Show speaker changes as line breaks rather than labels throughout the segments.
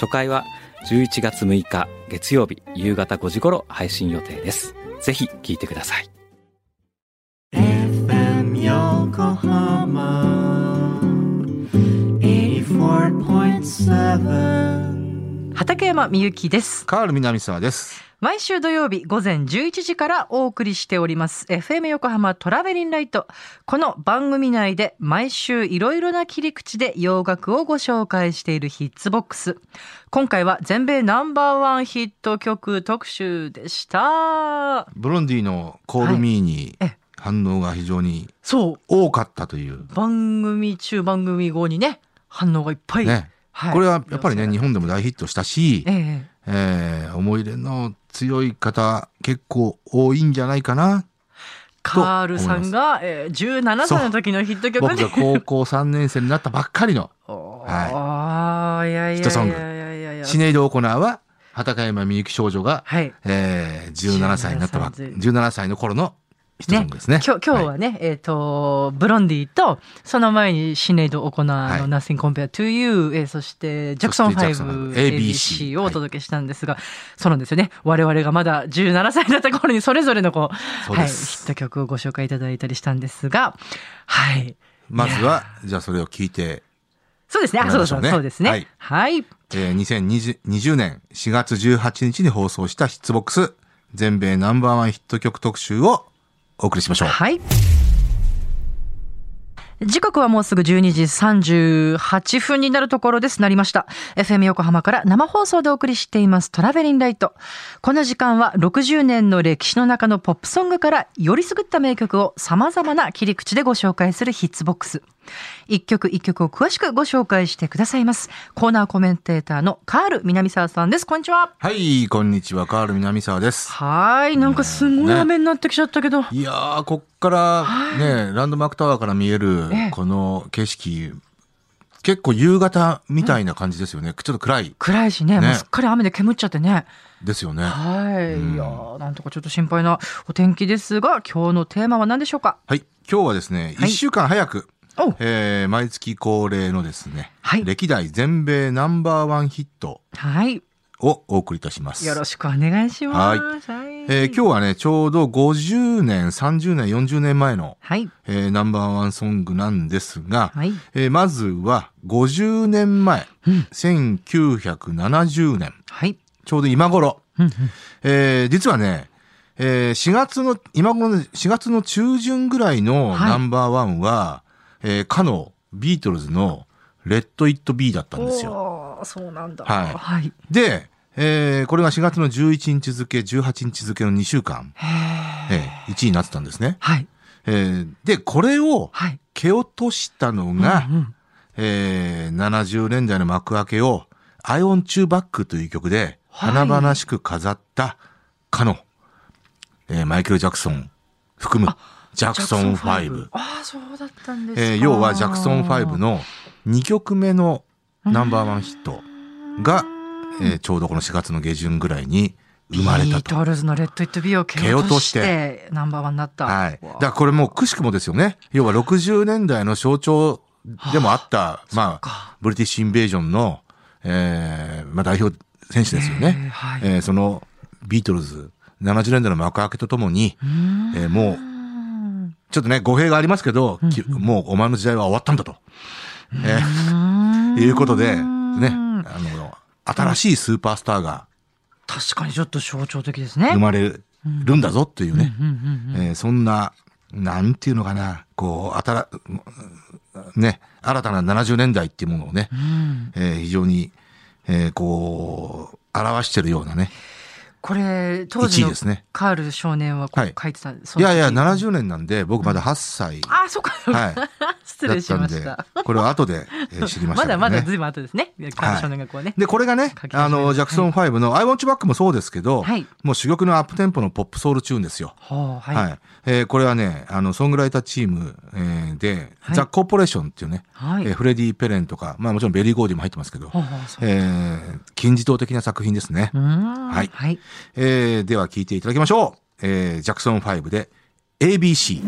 初回は11月6日月曜日夕方5時頃配信予定ですぜひ聞いてください
FM Yokohama 84.7
畠山みゆきです
カール南沢です。
毎週土曜日午前11時からお送りしております FM 横浜トラベリンライトこの番組内で毎週いろいろな切り口で洋楽をご紹介しているヒッツボックス今回は全米ナンバーワンヒット曲特集でした
ブロンディのコールミーに
はいえ
反応が非常に
そ
多かったという。
う番組中番組後にね反応がいっぱい、
ね。
はい
これはやっぱりね、日本でも大ヒットしたし、
ええ
えー思い入れの強い方結構多いんじゃないかな。
カールさんが、えー、17歳の時のヒット曲
僕
で
が高校3年生になったばっ かりの。
ああ、いやいやいやいやいや。
ヒットソングシネイド・オコナーは、畑山みゆき少女が、
はい。
えー17歳になったばっ
17
17歳の頃のヒットソングですね。
今日今日はね、えっ、と、ブロンディと、その前にシネイド・オコナーの
はい
Nothing Compare to You、えーそしてジャクソン
そしてジャクソン
5、
5
ABC をお届けしたんですが、そうなんですよね。我々がまだ17歳だった頃にそれぞれのこう、
そう
はい、
で
ヒ
す
ット曲をご紹介いただいたりしたんですが、はい。
まずは、じゃあそれを聞いて、
そうですね。あ、そうそう、
行きましょうね
そうですね。
はい
はい
えー2020 20年4月18日に放送したヒッツボックス全米ナンバーワンヒット曲特集をお送りしましょう。
はい。時刻はもうすぐ12時38分になるところです。なりました。FM 横浜から生放送でお送りしていますトラベリンライト。この時間は60年の歴史の中のポップソングからよりすぐった名曲を様々な切り口でご紹介するヒッツボックス。一曲一曲を詳しくご紹介してくださいます。コーナーコメンテーターのカール南沢さんです。こんにちは。
はい、こんにちは、カール南沢です。
はい。なんかすごい雨になってきちゃったけど。
いやー、こっからね、ランドマークタワーから見える
ええ
この景色、結構夕方みたいな感じですよね。ちょっと暗い
暗いしね、
ね
もうすっかり雨で煙っちゃってね。
ですよね。
はい、
うん
いやーなんとかちょっと心配なお天気ですが、今日のテーマは何でしょうか。
はい、今日はですね、
はい
1週間早く、
おう
えー毎月恒例のですね、
はい
歴代全米ナンバーワンヒット
はい、よ
をお送りいたします。
ろしくお願いします。はい、
えー今日はね、ちょうど50年、30年、40年前の、
はい、
えーナンバーワンソングなんですが、
はい
えーまずは50年前、1970年、
はい、
ちょうど今頃、えー実はね、えー4月の、今頃の4月の中旬ぐらいの
はい
ナンバーワンは、えーかのビートルズのレッド・イット・ビーだったんですよ。
おーそうなんだ。
はい
はい、
で、えーこれが4月の11日付、18日付の2週間、え1位になってたんですね。
はい、
えーで、これを
はい
蹴落としたのが、えー70年代の幕開けを、アイオンチューバックという曲で、
はい
華々しく飾った、かの、えーマイケル・ジャクソン含む、ジャクソン5。
ああ、そうだったんですか。
えー要はジャクソン5。の2曲目のナンバーワンヒットが、えーちょうどこの4月の下旬ぐらいに生まれ
ビ
た
ー
と。
トルズのレッド・イット・ビーを蹴
蹴
落
落
と
と
し
してて
ナンバーワンになった。
はい。だ
わ
からこれもうくしくもですよね。要は60年代の象徴でもあった、まあ、ブリティッシュインベージョンの、えーまあ代表選手ですよね。
えーはい
えーそのビートルズ、70年代の幕開けとともに、えーもう、ちょっとね、語弊がありますけど、きもうお前の時代は終わったんだと。えーいうことで、ね、あの、新しいスーパースターが
確かにちょっと象徴的ですね。
生まれるんだぞっていうね、えーそんな、なんていうのかな、こう、あたら、ね、新たな70年代っていうものをね、えー非常に、えーこう、表してるようなね、
これ当時
1位
の
ですね
カール少年はこ
は
う
い
書いてた、そ
い
の
やいや、
時
70年なんで、僕まだ8歳。
あそっか、
はい。
失礼しまし
だったたんで、これは後でえー知りまし
ま
たけど
だ
ね。
まだずいぶん後ですねカール少年がこうね、
で、これがね
書、き始めました
あの、ジャクソン5の I Want You Back もそうですけど、
はい
もう主玉のアップテンポのポップソウルチューンですよ。
はあ
は
はい
い、えーこれはね、あの、ソングライターチーム、えーで、
はい
ザ・コーポレーションっていうね、
はい
えーフレディ・ペレンとか、まあもちろんベリー・ゴーディも入ってますけど、
はあはあそう
えー金字塔的な作品ですね。
うーん
はい
はい
えーでは聞いていただきましょう。えージャクソン5で ABC。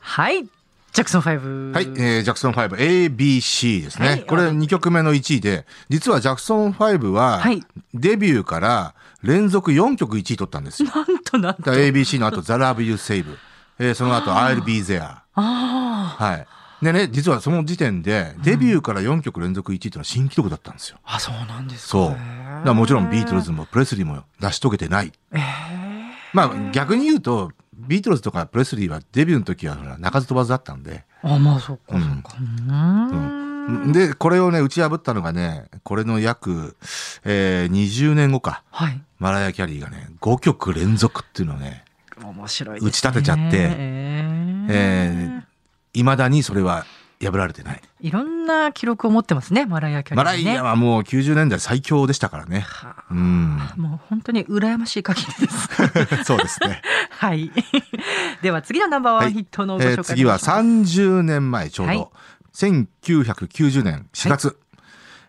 はいジャクソン5
はい、えージャクソン5、ABC ですね。
はい
これ2曲目の1位で、実はジャクソン5は
はい、
デビューから連続4曲1位取ったんですよ。
なんとなん
だ
と
から ABC の後、The Love You Save、えーその後、I'll Be There。
あ
はい。でね、実はその時点で、デビューから4曲連続1位っていうのは新記録だったんですよ。
ああそうなんですか
そう。だ
へ
からもちろんビートルズもプレスリーも成し遂げてない。
ええ
まあ逆に言うと、ビートルズとかプレスリーはデビューの時はほら鳴かず飛ばずだったんで、
あまあそっかそ
うん
っかうーん
で、これをね、打ち破ったのがね、これの約、えー、20年後か、
はい
マライア・キャリーがね、5曲連続っていうのをね、
面白いですね
打ち立てちゃって
ええ
えー、未だにそれは破られてない。
いろんな記録を持ってますねマライア・キャリ
マ
ー、ね、
ライアはもう90年代最強でしたからね。
はあ
う ん。
もう本当に羨ましい限り です。
そうです ね。
はい。では次のナンバーワンヒットのご
え
紹
ー
介、
次は30年前ちょうど、
はい
1990年4月、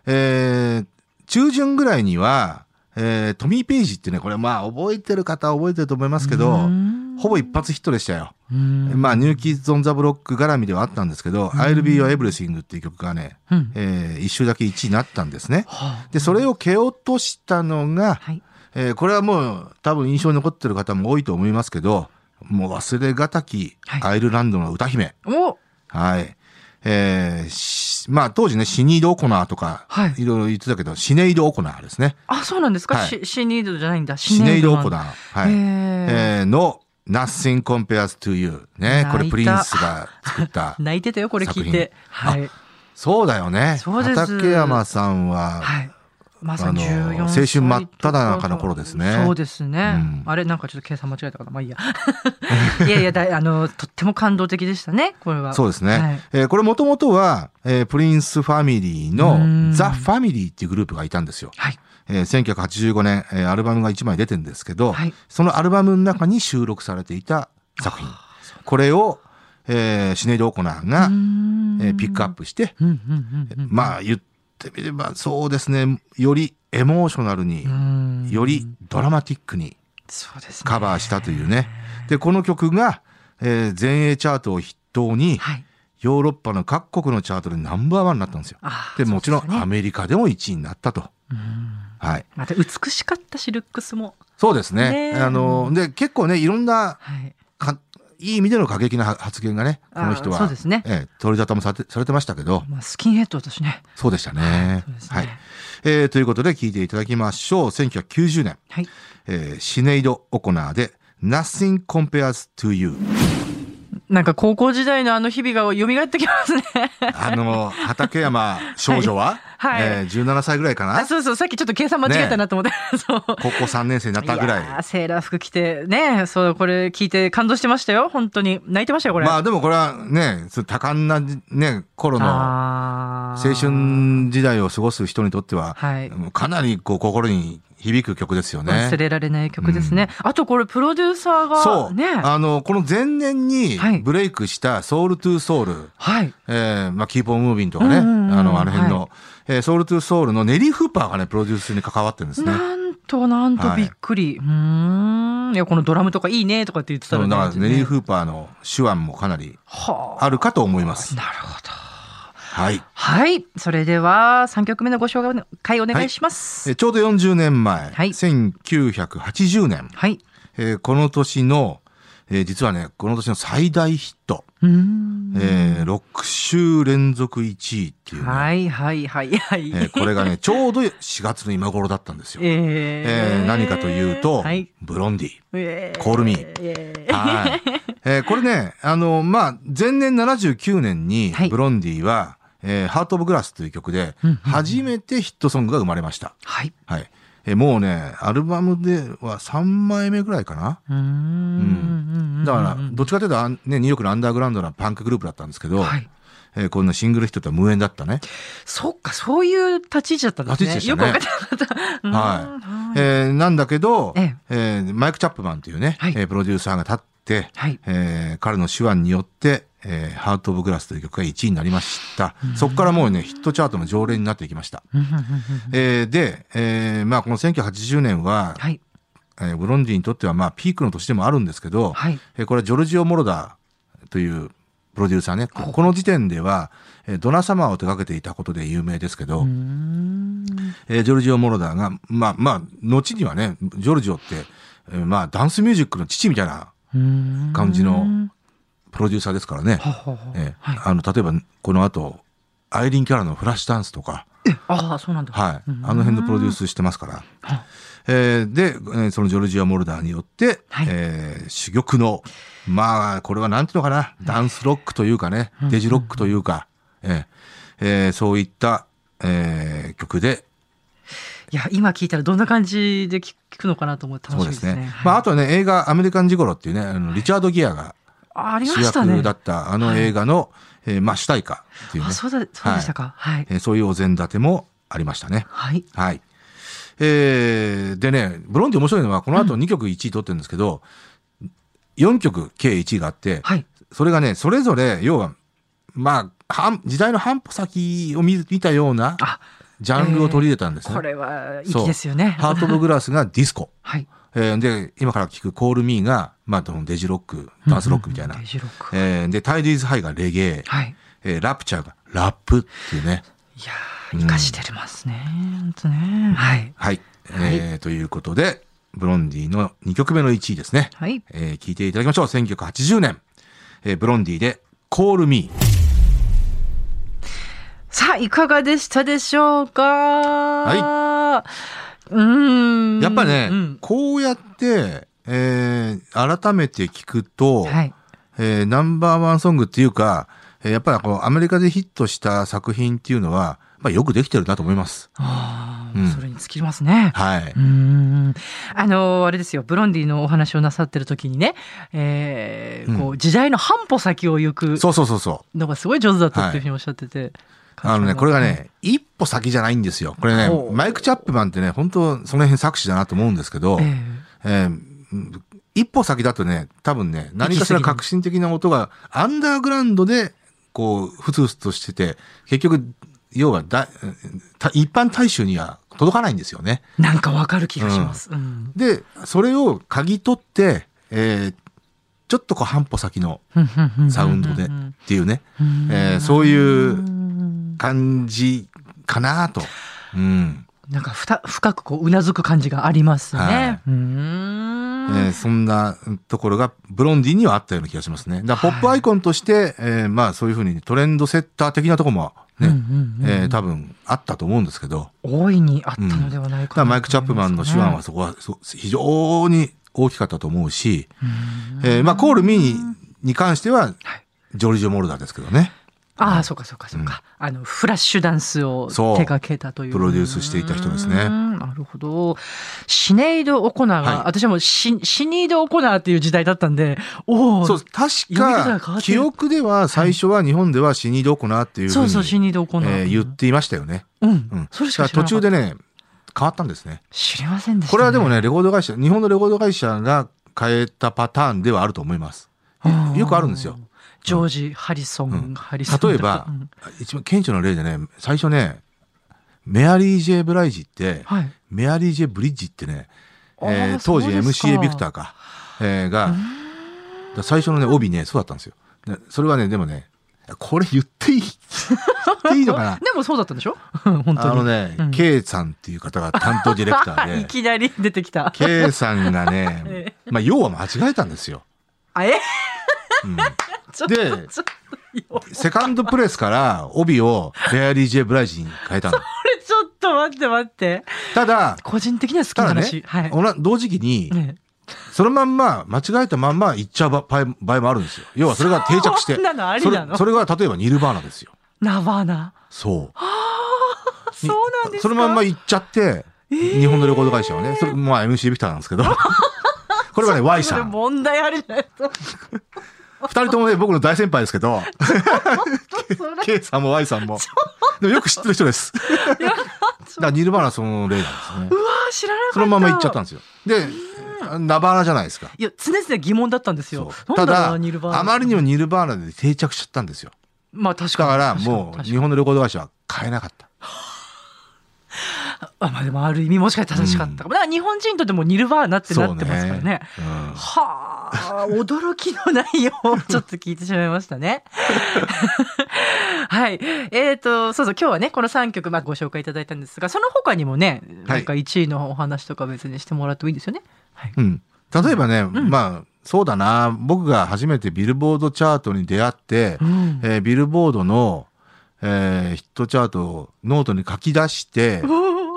えー中旬ぐらいには、えートミー・ペイジってねこれまあ覚えてる方は覚えてると思いますけ
う
ど
ん
ほぼ一発ヒットでしたよ。
うん
まあ、ニューキッズ・オン・ザ・ブロック絡みではあったんですけど、I'll Be Your Everything っていう曲がね、
うん
えー一周だけ1位になったんですね。
はあ
で、それを蹴落としたのが、
はい。
えーこれはもう多分印象に残ってる方も多いと思いますけど、もう忘れがたき
はい
アイルランドの歌姫。
お
はい。えーしまあ当時ね、シニード・オコナーとか、
はい
いろいろ言ってたけど、シネイド・オコナーですね。
あそうなんですか、
はい
シシネイドじゃないんだ。
シネイド・オコ
だ。
ナー。はい。
へー
えーの Nothing Compares to You。ね。
泣
これ
いた
プリンスが作 った。
泣いてたよこれ聞いて。
作
はい。
そうだよね。
そうです
畠山さんは、
はい。ま
あ
さ
の
に14
青
歳
春真っ只中の頃ですね
そうですね。
うん
あれなんかちょっと計算間違えたかな。まあいいや。 いやいやだいあのとっても感動的でしたね。これは。
そうですね。
はい
えーこれもともとは、えープリンスファミリー
うん
のザ・ファミリーっていうグループがいたんですよ。
はい。
えー1985年、えーアルバムが1枚出てるんですけど、
はい
そのアルバムの中に収録されていた作品。これを、えーシネイド・オコナーが、えーピックアップして、
うんうんうんうん。
まあ言ってみればそうですね、よりエモーショナルに、
うん
よりドラマティックに
そうですね。
カバーしたというね。で、この曲が、えー全英チャートを筆頭に、
はい。
ヨーロッパの各国のチャートでナンバーワンになったんですよ。
あー
で、もちろ
そうです
ん
ね
アメリカでも1位になったと。
うん
はい。
また美しかったしルックスも。
そうですね。
ねえ
あの、で、結構ね、いろんな、
はい。
かいい意味での過激な発言がね、この人
あ
は、
ーそうですね
ええ取り沙汰もされてされてましたけど、
まあスキンヘッドだしね。
そうでしたね
そうで。すね
はい。えーということで聞いていただきましょう。1990年、
はい。
えーシネイド・オコナーで、Nothing Compares to You。
なんか高校時代のあの日々が蘇ってきますね。
あの、畠山少女は、
はいはい
えー17歳ぐらいか
あ
な
そうそうさっきちょっと計算間違えたなと思って。 そう。
高校3年生になったぐらい
やーセーラー服着てねそうこれ聞いて感動してましたよ本当に泣いてましたよこれ、
まあでもこれはね、そう多感なじね、頃の
あー
青春時代を過ごす人にとっては、
はい
もうかなりこう心に響く曲ですよね。
忘れられない曲ですね、あとこれプロデューサーが
そう、
ね
あの、この前年に
はい
ブレイクしたソウルトゥーソウル、
はい
えー、まあ、キーポンムービンとかね、
うんうんうん
あの、あの辺の、
は
えーソウルトゥーソウルのネリー・フーパーがね、プロデュースに関わってるんですね。
なんとなんとびっくり、うーんいやこのドラムとかいいねとかって言ってた
そ
ら
う
ね
だからネリー・フーパーの手腕もかなり
はあ
あるかと思います。
なるほど
はい。
はいそれでは三曲目のご紹介お願いします
えーちょうど40年前、
はい
1980年、
はい、
えーこの年の、えー実はね、この年の最大ヒット、
うーん
え6週連続1位っていうね、
はいはいはいはい、
えーこ れがね、ちょうど4月の今頃だったんですよ。え
えー
ー何かというと、
はい
ブロンディ。
えー
コールミー
えー
はい。えーこれね、あの、まあ、前年79年に
はい、
ブロンディは、えハート・オブ・グラスという曲で、初めてヒットソングが生まれました。
はい。
はい。えーもうね、アルバムでは3枚目ぐらいかな。
うーん
だから、どっちかというとあん、ね、ニューヨークのアンダーグラウンドなパンクグループだったんですけど、
はい
えーこんなシングルヒットとは無縁だったね。
そっか、そういう立ち位置だったんですね。
立ち位
よ
置
くわか
で
っ
したた
なかった。うん
はい。えーなんだけど、
え
えーマイク・チャップマンというね、
はい
えープロデューサーが立って、
はい
えー彼の手腕によって、えーハート・オブ・グラスという曲が1位になりました。そこからもうね、ヒットチャートの常連になっていきました。えーで、えーまあこの1980年は、
はい。
えーブロンディにとってはまあピークの年でもあるんですけど、
はい
えーこれはジョルジオ・モロダというプロデューサーね、ここの時点では、えードナ様を手掛けていたことで有名ですけど、えージョルジオ・モロダが、まあまあ、後にはね、ジョルジオって、えーまあダンスミュージックの父みたいな感じのプロデューサーですからね、
ほうほう
えー
はい
あの例えばこの後、アイリン・キャラのフラッシュダンスとか、
ああ、そうなんだ。
はい。あの辺のプロデュースしてますから。えーで、えーそのジョルジア・モルダーによって、
はい
えー珠玉の、まあ、これはなんていうのかな、ダンスロックというかね、デジロックというか、えーえーそういった、えー曲で、
いや、今聞いたらどんな感じで聞くのかなと思って
そ
楽
う
しみ
で
ですすね。
ね。
はい
まあ、あとはね、映画、アメリカンジゴロっていうね、あのリチャード・ギアが
あありま
主
したね
役だ。った、あの映画の、えーまあ、主題歌っていうね
あ、、そうだ、そうでしたか。はい。
えーそういうお膳立てもありましたね。
はい。
はい。えー、でね、ブロンディ面白いのは、この後2曲1位取ってるんですけど、4曲計1位があって、
はい。
それがね、それぞれ、要は、まあ、半時代の半歩先を見見たような
あ、
ジャンルを取り入れたんですね。
これは
そう
粋ですよね。
ハート・オブ・グラスがディスコ。
はい。
えーで、今から聞くコール・ミーが、まあ、そのデジロック、ダンスロックみたいな。
デジロック。
えーで、タイディーズ・ハイがレゲエ、
はい。
えーラプチャーがラップっていうね。
いやー、生かしてますね。本当ね。はい。
はい。えーということで、ブロンディの2曲目の1位ですね。
はい。
えー聞いていただきましょう。1980年、えーブロンディで、コールミー。
さあ、いかがでしたでしょうかはい。うーん。
やっぱね、
うん
こうやって、えー改めて聞くと、
はい。
えーナンバーワンソングっていうか、えーやっぱりこう、アメリカでヒットした作品っていうのは、まあ、よくできてるなと思います。
ああ、
うん
それに尽きますね。
はい。
うーんあのーあれですよブロンディのお話をなさってる時にね、えー
うん
こう時代の半歩先を行く
そうそうそうそう。
のがすごい上手だったっていうふうにおっしゃってて、
あのね、これがね、一歩先じゃないんですよ。これね
ほ、う
マイク・チャップマンってね、本当その辺作詞だなと思うんですけど、
え
えーうん一歩先だとね、多分ね、何かしら革新的な音が、アンダーグラウンドで、こう、ふつふつとしてて、結局、要はだ、た一般大衆には届かないんですよね。
えなんかわかる気がします、うん
で、それを嗅ぎ取って、えーちょっとこう半歩先のサウンドでっていうね、えーそういう感じかなと。うん。
なんかふた深くこううなずく感じがありますね、
はいう
ーん
えーそんなところがブロンディにはあったような気がしますね。だからポップアイコンとして、えーまあそういうふうにトレンドセッター的なところもね、えー多分あったと思うんですけど、
大いにあったのではないかなと思
ただ
いますね、
マイク・チャップマンの手腕はそこはそ非常に大きかったと思うし、えーまあコール・ミーにに関しては、ジョルジオ・モルダーですけどね、
ああそうかそうかそうか、あのフラッシュダンスを
そう
手掛けたという
プロデュースしていた人ですね
うーんなるほどシネイド・オコナーが、
はい
私はもうシシニード・オコナーっていう時代だったんでおお
そう、
み
確
方が変わって
か
る、
記憶では最初は日本では死にどこなっていうふ
そうう
に、
そうシニード・オ
え
コナー、
ー言っていましたよね。
うん、
うん、
それしか
だ
知
から
らなかっ
途中
た
でね、変わったんですね。
知りませんでした、
これはでもね、レコード会社、日本のレコード会社が変えたパターンではあると思います。よよくあるんですよ。
ジョージ・ハリソン、
うん
ハリソン
例えば
うん、
一番顕著な例でね、最初ね、メアリー・ジェイ・ブライジって、
はい
メアリー・ジェイ・ブリッジってね、
あー
えー当時
そうですか
MCA ビクターか、えーが、だから最初のね、帯ね、そうだったんですよ。でそれはね、でもね、これ言っていい言っていいのかな
でもそうだったんでしょ 本当に
あのね、
うん
K さんっていう方が担当ディレクター
い
で、
きなり出てきた
K さんがね
え、
まあ、要は間違えたんですよ。
あえ
うん
ちょっと
で
ちょっとよ
セカンドプレスから帯をメアリー・ジェイ・ブライジに変えたの。
これちょっと待って待って
ただ、
個人的には好きな
ただ
話、
ね、
はい
おな同時期に、
ね
そのまんま、間違えたまんま行っちゃう場場合場合もあるんですよ。要はそれが定着して。
そんなのありなの
それそれが例えばニルバーナですよ。
ナバーナ
そう。
そうなんですか
そのまんま行っちゃって、日本のレコード会社はね。それ、まあ MC ビクターなんです けど。これはね、Y さ
それ
ん。
問題あるじゃないです か。
二人ともね、僕の大先輩ですけど、
それ
K さんも Y さん も。でもよく知ってる人です。だからニルバーナその例なんですね。
うわー知らなかった。
そのまま行っちゃったんですよ。で、ナバーナじゃないですか。
いや、常々疑問だったんですよ
そ。う
なん
た
ろう
だ、
なニルバーナ
あまりにもニルバーナで定着しちゃったんですよ。
まあ確かに。
だから
確に
もう
確か
日
に
本のレコード会社は買えなかった。
あ、まあでもある意味もしかしたら正しかったかも。だから日本人とでもニルバーナってなってますからね。
そううん
はあ、驚きの内容をちょっと聞いてしまいましたね。はい。えっ、と、そうそう、今日はね、この3曲、まあ、ご紹介いただいたんですが、その他にもね、
はい
なんか1位のお話とか別にしてもらってもいいんですよね。はい。
うん。例えばね、まあ、そうだな、僕が初めてビルボードチャートに出会って、
ん
えービルボードの、えーヒットチャートをノートに書き出して、
お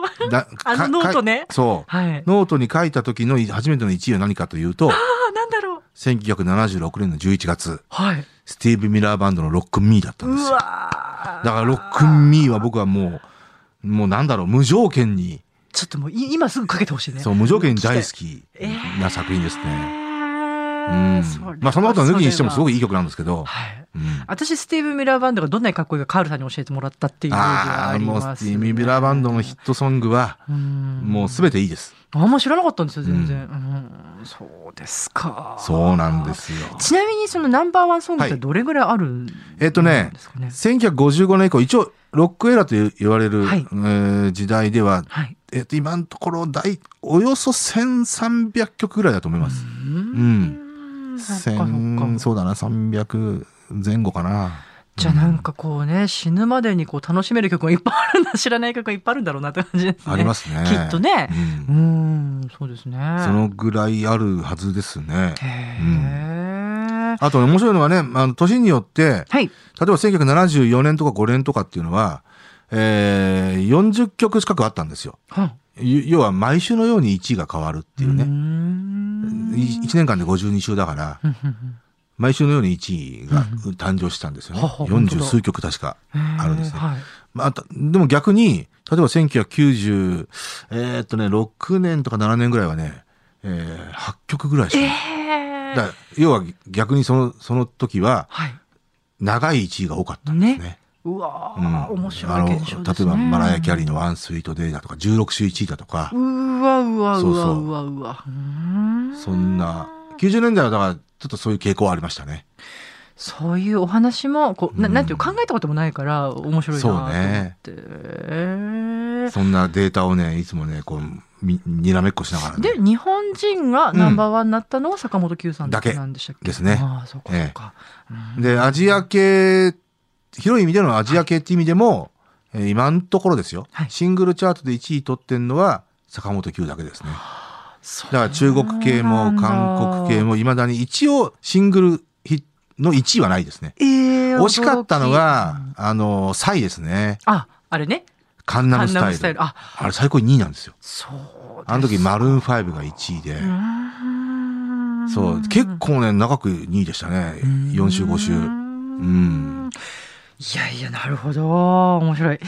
ー
だ
あのノ
か
ートね
かそう、
はい。
ノートに書いた時の初めての1位は何かというと、
あ、なんだろう。
1976年の11月、
はい。
スティーブ・ミラーバンドのロック・ミーだったんです
う
よ。
わー
だからロック・ミーは僕はもう、もうなんだろう、無条件に、
ちょっともうい、今すぐかけてほしいね。
そう、無条件に大好きな作品ですね。うんまあそんなことは抜きにしてもすご
い。
くいい曲なんですけど、
はい。
うん
私、スティーブ・ミラーバンドがどんなにかっこいいか、カールさんに教えてもらったっていうイメージが
あ
あ
あ
り
もう
ま
ス
すね、
ティーミー・ミラーバンドのヒットソングは
うん
もうすべていいです。
あんま知らなかったんですよ、全然。うん、そうですか。
そうなんで。すよ。
ちなみに、そのナンバーワンソングっ
は
て
い
どれぐらいあるんですかね、
えっとね1955年以降一応ロックエラーと言われる、
はい
えー時代では、
はい。
えっと今のところ大およそ1300曲ぐらいだと思います。
う
うん
んそっか
千
そっか
そうだな300前後かな。
じゃあなんかこうね、死ぬまでにこう楽しめる曲がいっぱいあるんだ、知らない曲がいっぱいあるんだろうなって感じですね。。
ありますすね。
きっとね
うん
うん、そうですね。
そのぐらいあるはずですね。
へえ、
あと面白いのはね、あの年によって、
はい。
例えば1974年とか5年とかっていうのは、えー、40曲近くあったんですよ。
は
ゆ要は毎週のように1位が変わるっていう
うー
ね。
ん
い1年間で52週だから、
ふんふんふん
毎週のように1位が誕生したんですよね。
はは本当
40
だ
数曲確かあるんです
へ
ね
え。はい。
まあ、たでも逆に、例えば1990、えーっとね、6年とか7年ぐらいはね、えー、8曲ぐらいしかない。
え
だから要は逆にその、その時は、
はい。
長い1位が多かったんですね。
ねうわ
うん
ー、面白い現象ですね。
あの例えばマライア・キャリーの「ワンスイートデイだとか16週1位だとか、
うわうわ
そうう
わ
そう
うわうわうーん
そんな90年代はだからちょっとそういう傾向はありましたね。
そういうお話もこうな
うん
なんていう考えたこともないから面白いなと思
そ
っ
う
て、
ね
えー
そんなデータをねいつもねこうみにらめっこしながら、ね、
で日本人がナンバーワンになったのは坂本九さんだ
だけ
けなんでしたっけ
ですね
ああそうかそうか、
でアジア系広い意味でのアジア系って意味でも、えー今のところですよ、
はい
シングルチャートで1位取ってんのは坂本九だけですね。
そ
だ
う
から中国系
そうな
も
んだ
韓国系もいまだに一応シングルヒの1位はないですね。
えー
惜しかったのが
驚き、
あの、サイですね。
ああれね
カンナムスタ
カンナム
イル。
スタイルあ
あれ最高に2位なんですよ。
そうです
あの時マルーン5が1位で。
うーん
そう。結構ね、長く2位でしたね。4週、5週。
うー
うんん。
いやいや、なるほど。面白い。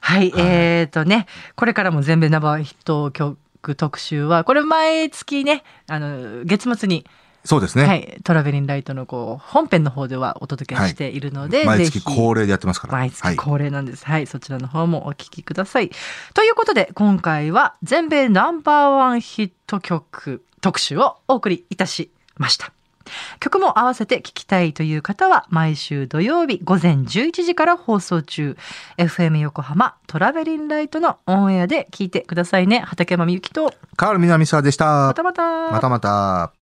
はい、えっ、ー、とね、これからも全米ナンバーヒット曲特集は、これ毎月ね、あの、月末に、
そうですね。
はい、トラベリンライトのこう、本編の方ではお届けしているので、
毎
ぜ
月
ひ
恒例でやってますから。
毎月
はい
恒例なんです。はい、そちらの方もお聞きください。ということで、今回は全米ナンバーワンヒット曲特集をお送りいたしました。曲も合わせて聴きたいという方は毎週土曜日午前11時から放送中 FM 横浜トラベリンライトのオンエアで聴いてくださいね。畠山みゆきと
カール南沢でした
またまた。
またまた。